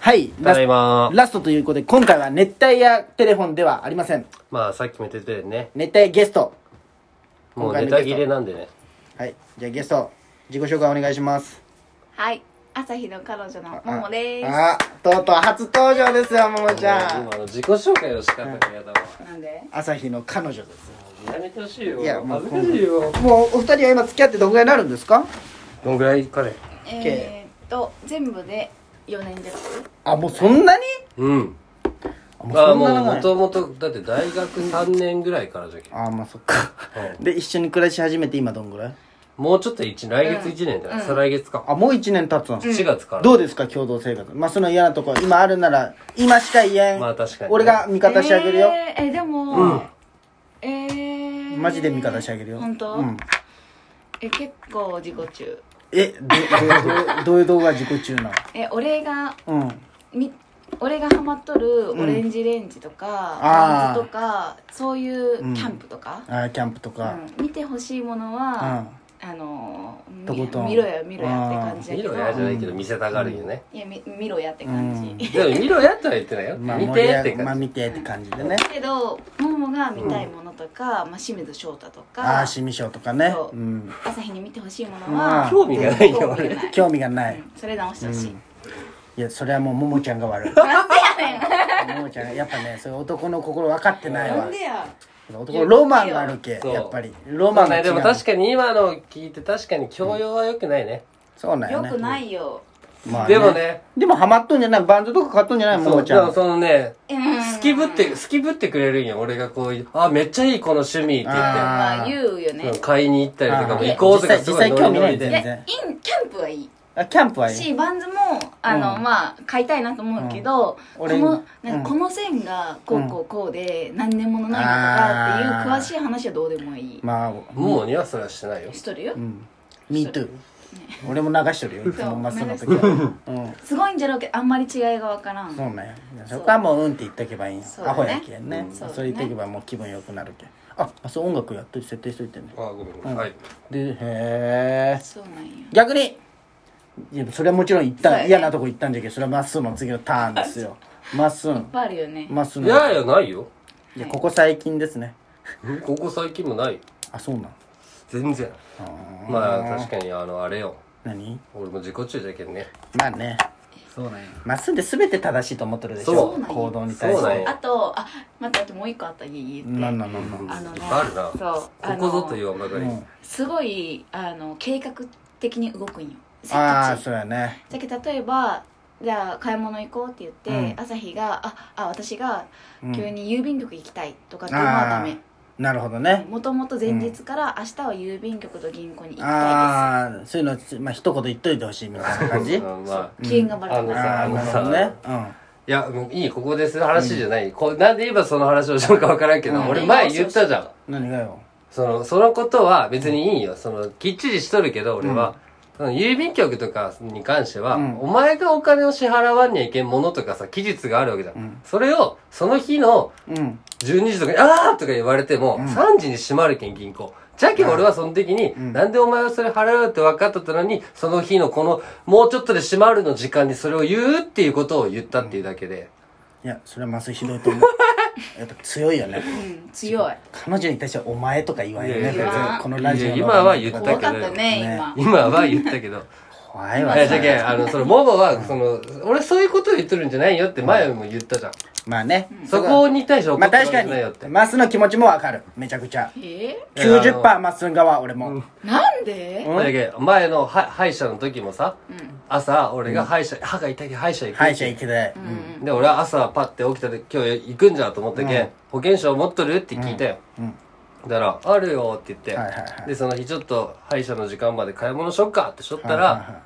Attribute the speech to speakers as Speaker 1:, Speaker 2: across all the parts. Speaker 1: はい、
Speaker 2: た
Speaker 1: ラ
Speaker 2: だい
Speaker 1: ス
Speaker 2: ま
Speaker 1: ラストということで、今回は熱帯夜テレフォンではありません。
Speaker 2: まあさっきも言ってたよね
Speaker 1: 熱帯夜ゲスト。今
Speaker 2: もう
Speaker 1: 回
Speaker 2: ネ
Speaker 1: の
Speaker 2: タ切れなんでね
Speaker 1: はい、じゃあゲスト、自己紹介お願いします。
Speaker 3: はい朝日の彼女のももでー
Speaker 1: あ、とうとう初登場ですよ、ももちゃん
Speaker 2: もう。今の自己紹介の仕方が嫌だわ
Speaker 3: すなんで
Speaker 1: 朝日の彼女です。
Speaker 2: やめてほしいよ
Speaker 1: いやもう
Speaker 2: 恥ずかしいよ
Speaker 1: もうお二人は今付き合ってどんぐらいになるんですか
Speaker 2: どんぐらい彼
Speaker 3: えー、っと全部で4年弱
Speaker 1: あ、もうそんなに
Speaker 2: うん
Speaker 1: あ
Speaker 2: まあもう
Speaker 1: 長
Speaker 2: も
Speaker 1: い
Speaker 2: ともとだって大学3年ぐらいからじゃけ、
Speaker 1: あ、まあそっか。
Speaker 2: はい
Speaker 1: で、一緒に暮らし始めて今どんぐらい
Speaker 2: もうちょっと一来月1年だよ、再来月か
Speaker 1: あ、もう一年経つの。
Speaker 2: 4月から、
Speaker 1: どうですか共同生活まあその嫌なところ今あるなら今しか言えん、
Speaker 2: まあ確かにね
Speaker 1: 俺が味方してあげるよ、
Speaker 3: えー、えでも、えー、
Speaker 1: マジで味方してあげるよ
Speaker 3: 本当、
Speaker 1: うん、
Speaker 3: え結構自己中
Speaker 1: えどどどどう いう動画自己中なの
Speaker 3: え俺が
Speaker 1: うん
Speaker 3: み俺がハマっとる
Speaker 1: ん
Speaker 3: オレンジレンジとか、
Speaker 1: あー
Speaker 3: バンズとかそういうキ
Speaker 1: ん
Speaker 3: ャンプとか、
Speaker 1: あーキャンプとか、
Speaker 3: うん見てほしいものは、あのー
Speaker 1: とことん
Speaker 3: み見ろや見ろやって感じや
Speaker 2: 見
Speaker 3: けど
Speaker 2: ろやじゃないけど見せたがるよね、
Speaker 3: いやみ見ろやって感じ、
Speaker 1: うん
Speaker 2: でも見ろやとは言ってないよ、
Speaker 1: まあ、
Speaker 2: 見てって
Speaker 1: 盛り上がまあ
Speaker 2: 感じ、
Speaker 1: 見てって感じでね、
Speaker 3: けどももが見たいものとか、まあ、清水翔太と
Speaker 1: あ
Speaker 3: か
Speaker 1: あ趣味賞とかね
Speaker 3: そう
Speaker 1: うん
Speaker 3: 朝日に見てほしいもの
Speaker 1: うん
Speaker 3: は
Speaker 2: 興味がないよ
Speaker 3: 興味
Speaker 2: 俺
Speaker 3: がない
Speaker 1: 興味がない、
Speaker 3: うんそれ直してほしい、
Speaker 1: いやそれはもうももちゃんが 悪いももちゃんやっぱねそういう男の心分かってないわ
Speaker 3: なんでや
Speaker 1: 男のロマンがあるけ
Speaker 2: そう
Speaker 1: やっぱりロマンが違
Speaker 2: ね
Speaker 1: う
Speaker 2: でも確かに今の聞いて確かに教養は良くないね、
Speaker 1: そうなんよ
Speaker 3: よ
Speaker 1: ね
Speaker 3: くないよ、
Speaker 1: まあ
Speaker 2: でもね
Speaker 1: でもハマっとんじゃないバンドとか買っとんじゃないも
Speaker 2: そう
Speaker 1: もち
Speaker 2: で
Speaker 1: ゃ
Speaker 2: も
Speaker 1: ん
Speaker 2: そのね
Speaker 3: うん
Speaker 2: 好きぶって好きぶってくれるんよ俺がこういうあめっちゃいいこの趣味って言っ
Speaker 3: まあ言うよね
Speaker 2: て買いに行ったりとかも
Speaker 1: あー
Speaker 2: 行こうとかすご
Speaker 1: 実
Speaker 2: いノ
Speaker 1: 際興味
Speaker 2: リノリ
Speaker 1: ない
Speaker 3: い
Speaker 1: 全
Speaker 3: や
Speaker 2: で
Speaker 1: 然
Speaker 3: インキャンプはいい
Speaker 1: あキャンプはいい
Speaker 3: しバンズもあの、
Speaker 1: うん
Speaker 3: まあ買いたいなと思うけど、
Speaker 1: うん
Speaker 3: この
Speaker 1: 俺
Speaker 3: なんか
Speaker 1: う
Speaker 3: この線がこうこうこうで何年ものないのとかっていう
Speaker 1: あー
Speaker 3: 詳しい話はどうでもいい、
Speaker 1: まあ
Speaker 2: もうにはそれはしてないよ
Speaker 3: しとるよ、
Speaker 1: うん「MeToo」俺も流しとるよいつもまっすぐの時はうん
Speaker 3: すごいんじゃろうけどあんまり違いがわからん
Speaker 1: そうねそこはもう「うん」って言っとけばいいんよ
Speaker 3: そう
Speaker 1: ア
Speaker 3: だね
Speaker 1: ホやけんね
Speaker 3: うん
Speaker 1: そ
Speaker 3: そうだね
Speaker 1: れ言っとけばもう気分良くなるけんああそう音楽やっといて設定しといてね
Speaker 2: あごめんごめ
Speaker 1: うん
Speaker 2: んはい
Speaker 1: でへえ
Speaker 3: そうなんよ
Speaker 1: 逆にいやそれはもちろん行った、
Speaker 3: そうんやね
Speaker 1: 嫌なとこ行ったんじゃけどそれはまっすぐの次のターンですよまっすぐ
Speaker 3: いっぱいあるよね、
Speaker 1: まっすぐ
Speaker 2: い
Speaker 1: の
Speaker 2: やいやないよ
Speaker 1: いやここ最近ですね
Speaker 2: ここ最近もない
Speaker 1: あそうなん
Speaker 2: 全然まあ確かにあのあれよ
Speaker 1: 何
Speaker 2: 俺も自己中だけどね
Speaker 1: まあね
Speaker 2: そうなんや
Speaker 1: まっすぐで全て正しいと思ってるでし
Speaker 2: そ
Speaker 1: ょ
Speaker 2: う
Speaker 1: 行動に対
Speaker 2: そうなん
Speaker 1: して
Speaker 2: よ
Speaker 3: あとあ待って待ってもう一個あったいい言って
Speaker 1: なんなんなんなん
Speaker 3: あのね
Speaker 2: いっぱいあるな
Speaker 3: そう
Speaker 2: こ
Speaker 3: あの
Speaker 2: こぞと言わんばかり
Speaker 1: うん
Speaker 3: すごいあの計画的に動くんよせっ
Speaker 1: ああ
Speaker 3: か
Speaker 1: ー
Speaker 3: ち
Speaker 1: そうやね
Speaker 3: だけど例えばじゃあ買い物行こうって言って、
Speaker 1: うん
Speaker 3: 朝日がああ私が
Speaker 1: うん
Speaker 3: 急に郵便局行きたいとかっていうのはダメ
Speaker 1: なるほどね
Speaker 3: もともと前日から明日は郵便局と銀行に行きたい
Speaker 1: ああそういうのまあ一言言っといてほしいみたいな感じ
Speaker 2: うんまあ
Speaker 3: です機嫌がバレて
Speaker 2: うん
Speaker 3: ます
Speaker 1: ああ
Speaker 2: あの
Speaker 1: なる
Speaker 2: さ
Speaker 1: ほどね
Speaker 2: いや、もういい、ここでする話じゃない。こうなんで今その話をしたのかわからんけど、
Speaker 1: うん
Speaker 2: 俺前言ったじゃん。
Speaker 1: うん何がよ
Speaker 2: その、そのことは別にいいよ。その、きっちりしとるけど、俺は、その郵便局とかに関しては、
Speaker 1: うん
Speaker 2: お前がお金を支払わんにゃいけんものとかさ、期日があるわけじゃん。
Speaker 1: ん
Speaker 2: それを、その日の
Speaker 1: うん
Speaker 2: 12時とかに、あーとか言われても、3時に閉まるけん、銀行。じゃけん俺はその時に、
Speaker 1: ん
Speaker 2: なんでお前はそれ払うって分かっとったのに、その日のこの、もうちょっとで閉まるの時間にそれを言うっていうことを言ったっていうだけで。
Speaker 1: いやそれはまっすぐひどいと 思うやっぱ強いよね
Speaker 3: です、うん、強い
Speaker 1: 彼女に対してはお前とか言わんよね
Speaker 2: い
Speaker 1: 別
Speaker 3: や
Speaker 1: にこのラジオの
Speaker 2: いや今は言ったけど
Speaker 3: 怖かったね
Speaker 1: ね
Speaker 3: 今
Speaker 2: 今は言った けど。
Speaker 1: 怖い
Speaker 2: い
Speaker 1: わ
Speaker 2: や、じゃけん、あの、その、モモは、その、俺そういうことを言っとるんじゃないよって前も言ったじゃん。
Speaker 1: まあね
Speaker 2: そこに対して怒
Speaker 1: ま
Speaker 2: っ
Speaker 1: あ
Speaker 2: てる
Speaker 1: 確
Speaker 2: ん
Speaker 1: か
Speaker 2: じゃ
Speaker 1: に
Speaker 2: ないよって。
Speaker 1: まっすぐの気持ちもわかるめちゃくちゃ
Speaker 3: え
Speaker 1: 90%まっすぐ側俺も
Speaker 3: ー、なんで、
Speaker 2: だけん前のは歯医者の時もさ、朝、俺が歯医者、歯が痛いけど歯医者行く。
Speaker 1: 歯医者行きたい
Speaker 2: で、俺は朝パッて起きた時、今日行くんじゃんと思ったけん、保険証持っとるって聞いたよ。だから、あるよって言って、
Speaker 1: はいはいはい
Speaker 2: で、その日ちょっと歯医者の時間まで買い物しよっかってしょったら、
Speaker 1: はいはいはい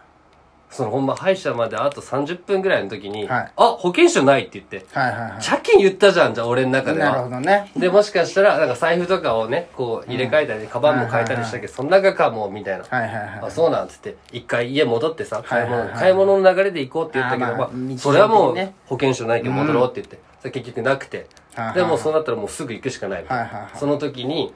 Speaker 2: そのほんま歯医者まであと30分ぐらいの時に、
Speaker 1: はい
Speaker 2: あ、保険証ないって言って、
Speaker 1: はいはいは
Speaker 2: チャキン言ったじゃん、じゃあ俺の中
Speaker 1: い。
Speaker 2: で
Speaker 1: なるほ
Speaker 2: は。
Speaker 1: どね。
Speaker 2: で、もしかしたら、なんか財布とかをね、こう入れ替えたり、カバンも変えたりしたけど、その中かも、みたいな。
Speaker 1: はいはいは
Speaker 2: あ、そうなんつって、一回家戻ってさ、買
Speaker 1: はい
Speaker 2: い物、
Speaker 1: はいはい
Speaker 2: 買い物の流れで行こうって言ったけ
Speaker 1: あー
Speaker 2: ど、
Speaker 1: まあ
Speaker 2: ま
Speaker 1: 日常的にね
Speaker 2: あ、それはもう保険証ないけど戻ろうって言って、それ結局なくて
Speaker 1: はいはい。
Speaker 2: でもうそうなったらもうすぐ行くしかない
Speaker 1: はいはいはい。
Speaker 2: その時に、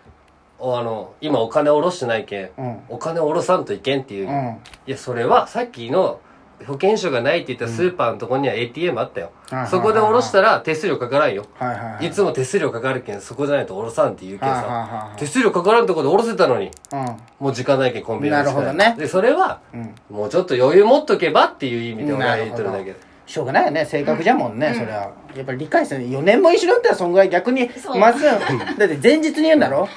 Speaker 2: おあの、今お金下ろしてないけん
Speaker 1: うん、
Speaker 2: お金下ろさんといけんってい
Speaker 1: い。
Speaker 2: う
Speaker 1: うん。
Speaker 2: いや、それはさっきの保険証がないって言ったらスーパーのとこには ATM あったよ
Speaker 1: はいはい。はい
Speaker 2: そこで下ろしたら手数料かからんよ。
Speaker 1: はいはいはい
Speaker 2: いつも手数料かかるけん、そこじゃないと下ろさんって言うけん
Speaker 1: はいはいはい
Speaker 2: さ
Speaker 1: は。い
Speaker 2: 手数料かからんとこで下ろせたのに。
Speaker 1: うん
Speaker 2: もう時間ないけんコンビニで
Speaker 1: なるほどね
Speaker 2: で、それは、もうちょっと余裕持っとけばっていう意味で俺は言っとるんだけど。
Speaker 1: しょうがないよね性格じゃもんね、それはやっぱり理解する4年も一緒だったらそんぐらい逆に
Speaker 3: そう
Speaker 1: まずだって前日に言うんだろ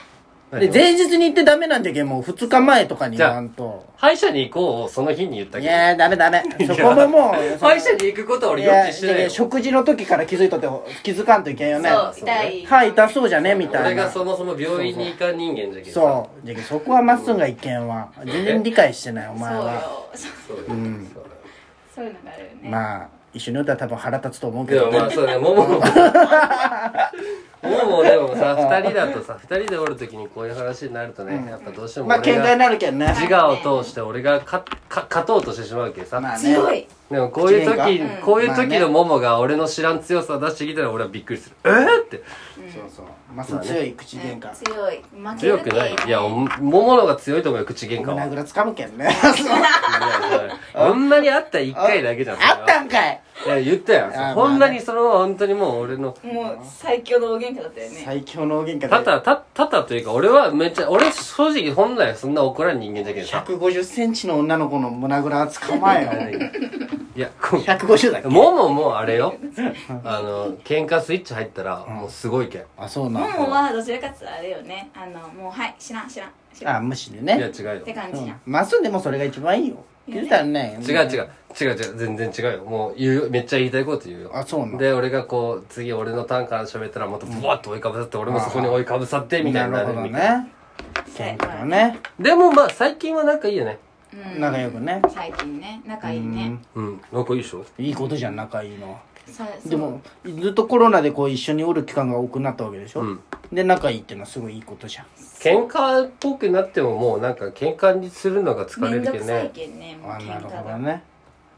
Speaker 1: で前日に行ってダメなんじゃけんもう2日前とかに言わんと
Speaker 2: 歯医者に行こうをその日に言った
Speaker 1: い
Speaker 2: け
Speaker 1: やーダメダメ そこももう
Speaker 2: ど。歯医者に行くことは俺
Speaker 1: い
Speaker 2: 予
Speaker 1: や
Speaker 2: 知して
Speaker 1: い
Speaker 2: ない
Speaker 1: や
Speaker 2: よ。
Speaker 1: 食事の時から気づいとって気づかんといけんよね
Speaker 3: そう
Speaker 2: そう
Speaker 3: 痛い
Speaker 1: 歯痛そうじゃねみた
Speaker 2: 俺
Speaker 1: い
Speaker 2: が
Speaker 1: な
Speaker 2: そもそも病院に行かん人間じゃけどさ。
Speaker 1: そうじゃけんそこはまっすぐがいけんわ全然理解してないお
Speaker 3: そう
Speaker 1: 前
Speaker 3: よ
Speaker 1: は
Speaker 3: そう
Speaker 2: そうよ。そうよ
Speaker 3: そういうのがあるよね、
Speaker 1: まあ一緒におったら多分腹立つと思うけ
Speaker 2: で
Speaker 1: ど
Speaker 2: も
Speaker 1: ね
Speaker 2: まあそうね、ももも。ももでもさ、二人だとさ、二人でおるときにこういう話になるとね、やっぱどうしても
Speaker 1: まあ
Speaker 2: 俺
Speaker 1: 喧嘩に
Speaker 2: が
Speaker 1: なるけんね
Speaker 2: 自我を通して俺がかか勝とうとしてしまうけさ。
Speaker 1: まあね
Speaker 3: 強い
Speaker 2: でもこういう
Speaker 1: 口喧
Speaker 2: 時、
Speaker 1: 嘩
Speaker 2: こういう
Speaker 1: まあね
Speaker 2: 時のモモが俺の知らん強さを出してきたら俺はびっくりする。えー、って。
Speaker 1: そうそうまあその強い口喧嘩
Speaker 3: 強い負け
Speaker 2: 強
Speaker 3: る
Speaker 2: く
Speaker 3: け
Speaker 2: ないいや、おモモの方が強いと思うよ、口喧嘩は。
Speaker 1: 胸
Speaker 2: い
Speaker 1: ぐらつかむけんね
Speaker 2: やいやあんなにあった一回だけじゃん。
Speaker 1: あったんかい
Speaker 2: それはいや、言ったよ
Speaker 1: あ。
Speaker 2: こんなにその、本当にもう俺の、
Speaker 3: もう最強の大喧嘩だったよね
Speaker 1: 最強の大喧嘩
Speaker 2: た
Speaker 1: で
Speaker 2: た、た、たたというか、俺はめっちゃ、俺正直本来そんな怒らん人間だけどさ。
Speaker 1: 1 5 0ンチの女の子の胸ぐらつかまえよ
Speaker 2: いや、こう
Speaker 1: 150だっけ
Speaker 2: モモもあれよ。あの、喧嘩スイッチ入ったら、もうすごいけん。
Speaker 1: あそうな
Speaker 3: ももはどちらかっていうとあれよねあのもうはい知らん知らん知らん
Speaker 1: あ無視で
Speaker 2: いや、
Speaker 1: ね
Speaker 2: 違うよ
Speaker 3: って。感
Speaker 1: う
Speaker 3: じじゃ
Speaker 1: ん
Speaker 3: ん、
Speaker 1: まっすぐでもそれが一番いいよ言うたらね
Speaker 2: 違う違う違う違う全然違うよもう言うめっちゃ言いたいこと言うよ
Speaker 1: あそうなん
Speaker 2: で俺がこう次俺の単価の喋ったらまたブワッと追いかぶさって、俺もそこに追いかぶさってみたい
Speaker 1: なる
Speaker 2: になる
Speaker 1: ほど
Speaker 2: みたいな
Speaker 1: ね喧嘩はね
Speaker 2: でもまあ最近は仲いいよね
Speaker 3: うん
Speaker 1: 仲良くね
Speaker 3: 最近ね仲いいね
Speaker 2: うん仲いいでしょ
Speaker 1: いいことじゃん仲いいのは
Speaker 3: さそう
Speaker 1: でもずっとコロナでこう一緒におる期間が多くなったわけでしょ、
Speaker 2: うん
Speaker 1: で仲いいっていうのはすごいいいことじゃん
Speaker 2: 喧嘩っぽくなってももうなんか喧嘩にするのが疲
Speaker 3: め
Speaker 2: れ
Speaker 3: ん
Speaker 2: る
Speaker 3: ど
Speaker 2: け
Speaker 3: く
Speaker 2: ど
Speaker 3: さい
Speaker 2: ね
Speaker 3: けんねもう
Speaker 1: あな
Speaker 3: 喧
Speaker 1: る
Speaker 3: 嘩
Speaker 1: ほ
Speaker 3: が
Speaker 1: どね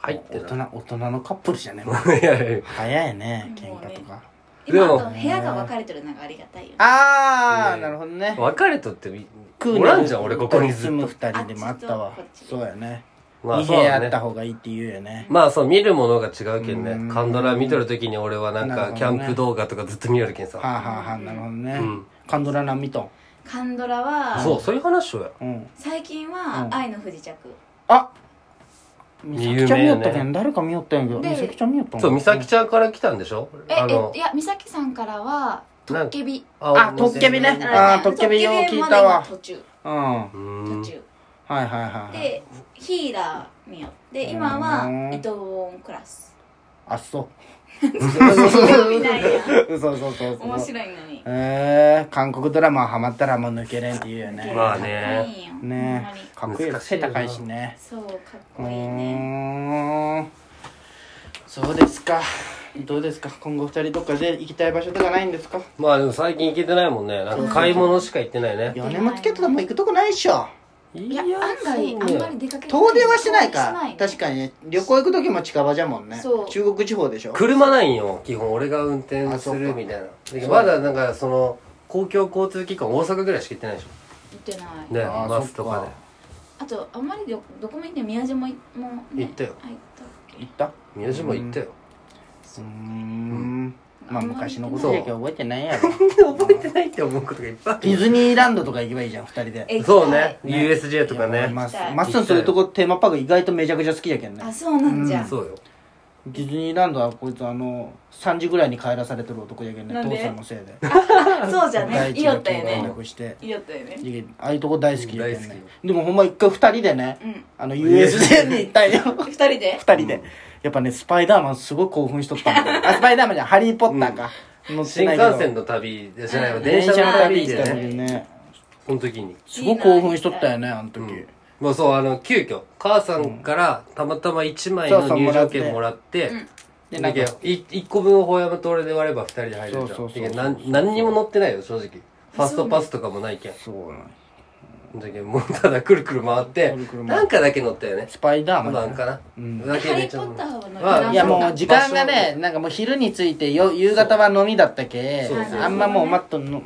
Speaker 2: 入って
Speaker 1: 大
Speaker 2: な
Speaker 1: 人大人のカップルじゃねもう
Speaker 2: いやいや
Speaker 1: 早いね喧嘩とか
Speaker 3: 今
Speaker 2: でも
Speaker 3: あと部屋が分かれてるのがありがたいよ
Speaker 1: あ
Speaker 2: ね
Speaker 1: ーなるほどね
Speaker 2: 別れとってみ
Speaker 1: に
Speaker 2: おらんじゃん俺ここにず
Speaker 1: 住
Speaker 2: っ
Speaker 1: む
Speaker 2: と
Speaker 1: 二人でもあったわ
Speaker 3: あちょっとこっち
Speaker 1: そうやね
Speaker 2: まあ
Speaker 1: 2部
Speaker 2: そう
Speaker 1: 屋
Speaker 2: だ
Speaker 1: あっ
Speaker 2: ね
Speaker 1: た方がいいって言うよね
Speaker 2: まあそう見るものが違うけん
Speaker 1: うん
Speaker 2: ねカンドラ見とる時に俺はなん
Speaker 1: なる
Speaker 2: か
Speaker 1: ほ
Speaker 2: キ
Speaker 1: ど
Speaker 2: ャ
Speaker 1: ね
Speaker 2: ンプ動画とかずっと見よるけんさ
Speaker 1: はあ、はあはあなるほどね、
Speaker 2: うん
Speaker 1: カンドラナミト
Speaker 3: カンドラは
Speaker 2: そうそういう話をや
Speaker 1: ンうん
Speaker 3: 最近
Speaker 1: う
Speaker 3: は
Speaker 1: ん
Speaker 3: 「愛の不時着」
Speaker 1: あみさきちゃん
Speaker 2: 有名
Speaker 1: 見
Speaker 2: よ
Speaker 1: よ
Speaker 2: ね
Speaker 1: ったけん誰か見よったんやけど
Speaker 3: で
Speaker 1: みさきちゃん見よったん
Speaker 2: そう、美咲ちゃんから来たんでしょ
Speaker 3: ええいや美咲さんからは「トッケビ」
Speaker 1: あトッケビね
Speaker 3: うん
Speaker 1: あートッケビよう聞いたわ
Speaker 3: トッケビまで今途中
Speaker 1: ゃんうんは
Speaker 2: う
Speaker 3: 途
Speaker 2: ん。
Speaker 3: 中
Speaker 1: いはいはいはい
Speaker 3: でヒーラー見ようで今
Speaker 1: うん
Speaker 3: はイトウォンクラ ス
Speaker 1: あそう
Speaker 3: みたいな
Speaker 1: そうそうそう そう
Speaker 3: 面白いのに
Speaker 1: えー、韓国ドラマはハマったらもう抜けれんって言うよね
Speaker 2: まあね
Speaker 3: かっこいいよ
Speaker 1: ね
Speaker 3: ほんまに
Speaker 1: かっこいいよ
Speaker 2: 難しい
Speaker 1: 背
Speaker 2: よな
Speaker 1: 高いしね
Speaker 3: そうかっ
Speaker 1: う
Speaker 3: こいいね
Speaker 1: ーんそうですかどうですか今後二人どっかで行きたい場所とかないんですか
Speaker 2: まあでも最近行けてないもんね。なんか買い物しか行ってないね。
Speaker 1: 4年もつけてたもん行くとこないっしょ
Speaker 2: い
Speaker 3: いや案外あんまり出かけてない
Speaker 1: 遠出はしてないか
Speaker 3: 遠出ね
Speaker 1: 確かにね旅行行く時も近場じゃもんね
Speaker 3: そう
Speaker 1: 中国地方でしょ
Speaker 2: 車ないんよ。基本俺が運
Speaker 1: あ
Speaker 2: 転す
Speaker 1: そうか
Speaker 2: るみたいな。でまだなんかその、公共交通機関大阪ぐらいしか行ってないでし
Speaker 3: 行ってない
Speaker 2: ょ。ね、
Speaker 1: あー
Speaker 2: バスとか
Speaker 1: そっか
Speaker 2: で。
Speaker 3: あとあんまりどどこも行って宮島もも、ね、
Speaker 2: 行ったよ
Speaker 3: あ行ったっけ
Speaker 1: 行った
Speaker 2: 宮島行ったよ。
Speaker 1: うーんまあ昔のこ
Speaker 2: そ
Speaker 1: と
Speaker 2: う
Speaker 1: だけど覚えてないや ろ
Speaker 2: 覚えてないって思うことがいっぱいあ
Speaker 1: ディズニーランドとか行けばいいじゃん二人で
Speaker 3: え
Speaker 2: そうね。
Speaker 1: ね
Speaker 2: USJ とかね。
Speaker 1: まっ
Speaker 3: 行きたい
Speaker 1: まっすぐそういうとこテーマパーク意外とめちゃくちゃ好きやけんね
Speaker 3: あ そうなんじゃ、
Speaker 2: そうよ。
Speaker 1: ディズニーランドはこいつあの3時ぐらいに帰らされてる男やけんね
Speaker 3: なん
Speaker 1: 父
Speaker 3: で
Speaker 1: さんのせいで
Speaker 3: そうじゃね
Speaker 1: 大
Speaker 3: いい
Speaker 1: 地
Speaker 3: よ
Speaker 1: が
Speaker 3: ったよ
Speaker 1: 連
Speaker 3: ね
Speaker 1: 絡して
Speaker 3: いいよったよね
Speaker 1: いやああいうとこ大好きやけん
Speaker 2: 大好
Speaker 1: ねでもほんま一回二人でね
Speaker 3: うん
Speaker 1: あの USJ に行ったんよ
Speaker 3: 二人で
Speaker 1: 二人でやっぱねスパイダーマンすごい興奮しとったんだよあスパイダーマンじゃんハリー・ポッターか乗って
Speaker 2: 新
Speaker 1: ないけど
Speaker 2: 幹線の旅じゃないわ。
Speaker 1: 電
Speaker 2: 電車
Speaker 1: 車の
Speaker 2: の
Speaker 1: 旅
Speaker 2: 旅
Speaker 1: 行っ
Speaker 2: で
Speaker 1: たの
Speaker 2: ね。
Speaker 1: にね
Speaker 2: その時に。
Speaker 1: すごい興奮しとったよねあの時
Speaker 2: うんもうそう、あの、急遽、母さんからたまたま1枚の入場券もらって、
Speaker 1: で
Speaker 2: で、
Speaker 1: な
Speaker 2: なんん
Speaker 1: か
Speaker 2: か、1個分をほやまと俺で割れば2人で入れるじゃ。
Speaker 1: そうそうそうん
Speaker 2: だけど、なん何にも乗ってないよ、正直。ファストパスとかもないけん。
Speaker 1: そうなんよ
Speaker 2: だけど、もうただくるくる回って
Speaker 1: くるくる、回って
Speaker 2: なんかだけ乗ったよね。
Speaker 1: スパイダーマ
Speaker 2: 5
Speaker 1: ン
Speaker 2: 番かな。
Speaker 1: ん
Speaker 2: だけでちょっと
Speaker 3: ハリーポッターは乗ってな
Speaker 2: まあ
Speaker 3: かった
Speaker 1: いやもう時間がね、なんかもう昼についてよ夕方は飲みだったけ
Speaker 2: そうそうそう
Speaker 1: あんまもうマットの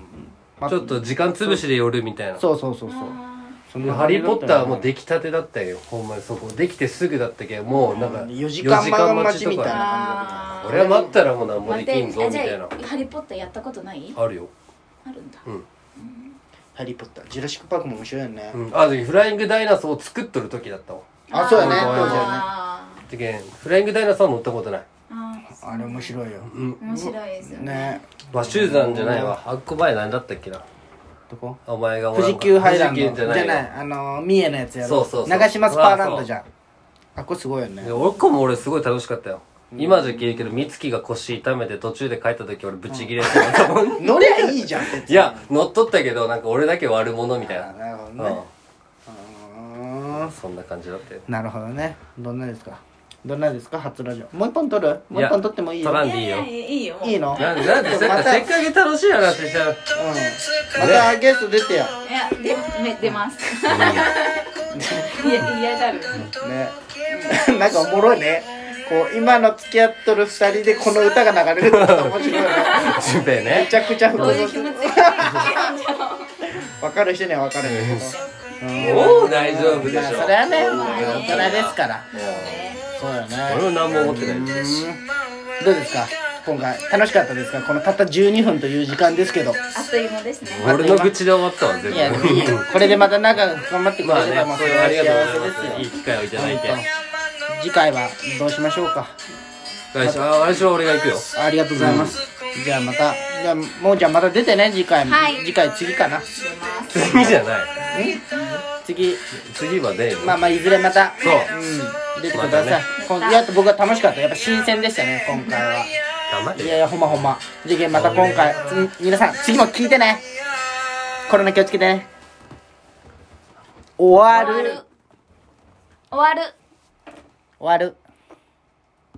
Speaker 2: 場所をちょっと時間潰しで寄るみたいな。
Speaker 1: そうそうそうそう
Speaker 3: あ
Speaker 4: そんな
Speaker 2: ハリー・ポッターはもう出来たてだったよほんまにそこできてすぐだったけどもうなんか
Speaker 1: 4時間待ちみたいな
Speaker 2: ね
Speaker 1: 感
Speaker 3: あー
Speaker 2: 俺は待ったらもうなんも
Speaker 3: 待
Speaker 2: で
Speaker 3: っ
Speaker 2: きんぞ
Speaker 3: てあ
Speaker 2: み
Speaker 3: じ
Speaker 2: た
Speaker 3: ゃ
Speaker 2: いな
Speaker 3: あハリポッターやったことない
Speaker 2: あるよ
Speaker 3: あるんだ
Speaker 2: うん、
Speaker 1: ハリー・ポッタージュラシック・パークも面白いよね、
Speaker 2: うん、あでフライングダイナソーを作っとる時だったわ
Speaker 1: あそうやね
Speaker 2: あー
Speaker 1: 当時はね
Speaker 3: あ
Speaker 2: てけんフライングダイナソーは乗ったことない
Speaker 3: ーあ
Speaker 1: あれ面白いよ
Speaker 2: うん
Speaker 3: ー面白いですよね
Speaker 1: ね
Speaker 2: バシューザンじゃないわあっこ前何だったっけな
Speaker 1: どこ
Speaker 2: お前がおら
Speaker 1: 富
Speaker 2: ん
Speaker 1: 士急ハイランド
Speaker 2: 富
Speaker 1: じ
Speaker 2: 士急じ
Speaker 1: ゃ
Speaker 2: ゃ
Speaker 1: な
Speaker 2: ないいわ
Speaker 1: あの三重のやつやろ
Speaker 2: そうそうそう
Speaker 1: 長島スパーランドじゃんあこれすごいよね
Speaker 2: で俺こも俺すごい楽しかったよ今じゃ消えるけど美月が腰痛めて途中で帰った時俺ブチギレしてたも ん、
Speaker 1: 乗りゃいいじゃんって
Speaker 2: いや乗っとったけどなんか俺だけ悪者みたい
Speaker 1: あ
Speaker 2: な
Speaker 1: ーなるほど
Speaker 2: う
Speaker 1: ね
Speaker 2: ん
Speaker 1: うーん
Speaker 2: そんな感じだったよ
Speaker 1: なるほどねどんなですかどんなですか初ラジオもう一本撮るもう一本撮ってもいい
Speaker 2: 取ら
Speaker 1: よ
Speaker 2: んでいいよ
Speaker 3: ややいいよもう
Speaker 1: いいの
Speaker 2: なんでなんでせっ
Speaker 1: ま
Speaker 2: か
Speaker 1: た
Speaker 2: せっかく楽しい話した ら
Speaker 1: またゲスト出てよ
Speaker 3: いやでめ出ます いや嫌がる
Speaker 1: ねなんかおもろいねこう今の付き合っとる二人でこの歌が流れるってこと面白いね
Speaker 2: 順平ね
Speaker 1: めちゃくちゃ 複
Speaker 3: どういう気
Speaker 1: 雑
Speaker 3: 持ちで
Speaker 1: 分かる人には分かるんだけど
Speaker 2: もう大丈夫でしょ
Speaker 1: まあそれはね
Speaker 3: まあね
Speaker 1: 大人ですからそうよね
Speaker 2: 俺も何も思ってないう
Speaker 1: ーんどうですか今回楽しかったですかこのたった12分という時間ですけど
Speaker 3: あっという間ですね
Speaker 2: 俺の愚痴で終わったわ全
Speaker 1: いや
Speaker 2: 部
Speaker 1: いいよこれでまた仲が頑張ってく
Speaker 2: まあ
Speaker 1: れれ
Speaker 2: ね
Speaker 1: ばもう
Speaker 2: そ
Speaker 1: それ
Speaker 2: れ
Speaker 1: は
Speaker 2: あ
Speaker 1: 幸
Speaker 2: りがとうござ
Speaker 1: せですよ
Speaker 2: いますいい機会をいただいて
Speaker 1: 次回はどうしましょうか
Speaker 2: 来週あ来週は俺が行くよ
Speaker 1: ありがとうございます、じゃあまたじゃあもうちゃんまた出てね次回も、
Speaker 3: はい
Speaker 1: 次回次かな
Speaker 3: 出ます
Speaker 2: 次じゃない
Speaker 1: 次
Speaker 2: 次はね
Speaker 1: まあまあいずれまた
Speaker 2: そう
Speaker 1: うん、出てくださ
Speaker 2: また
Speaker 1: い、
Speaker 2: ね
Speaker 1: こんいやっと僕は楽しかったやっぱ新鮮でしたね今回は
Speaker 2: 黙れ
Speaker 1: いやいやほんまほんま次元また今回つ皆さん次も聞いてねコロナ気をつけてね終わる
Speaker 3: 終わる
Speaker 1: 終わる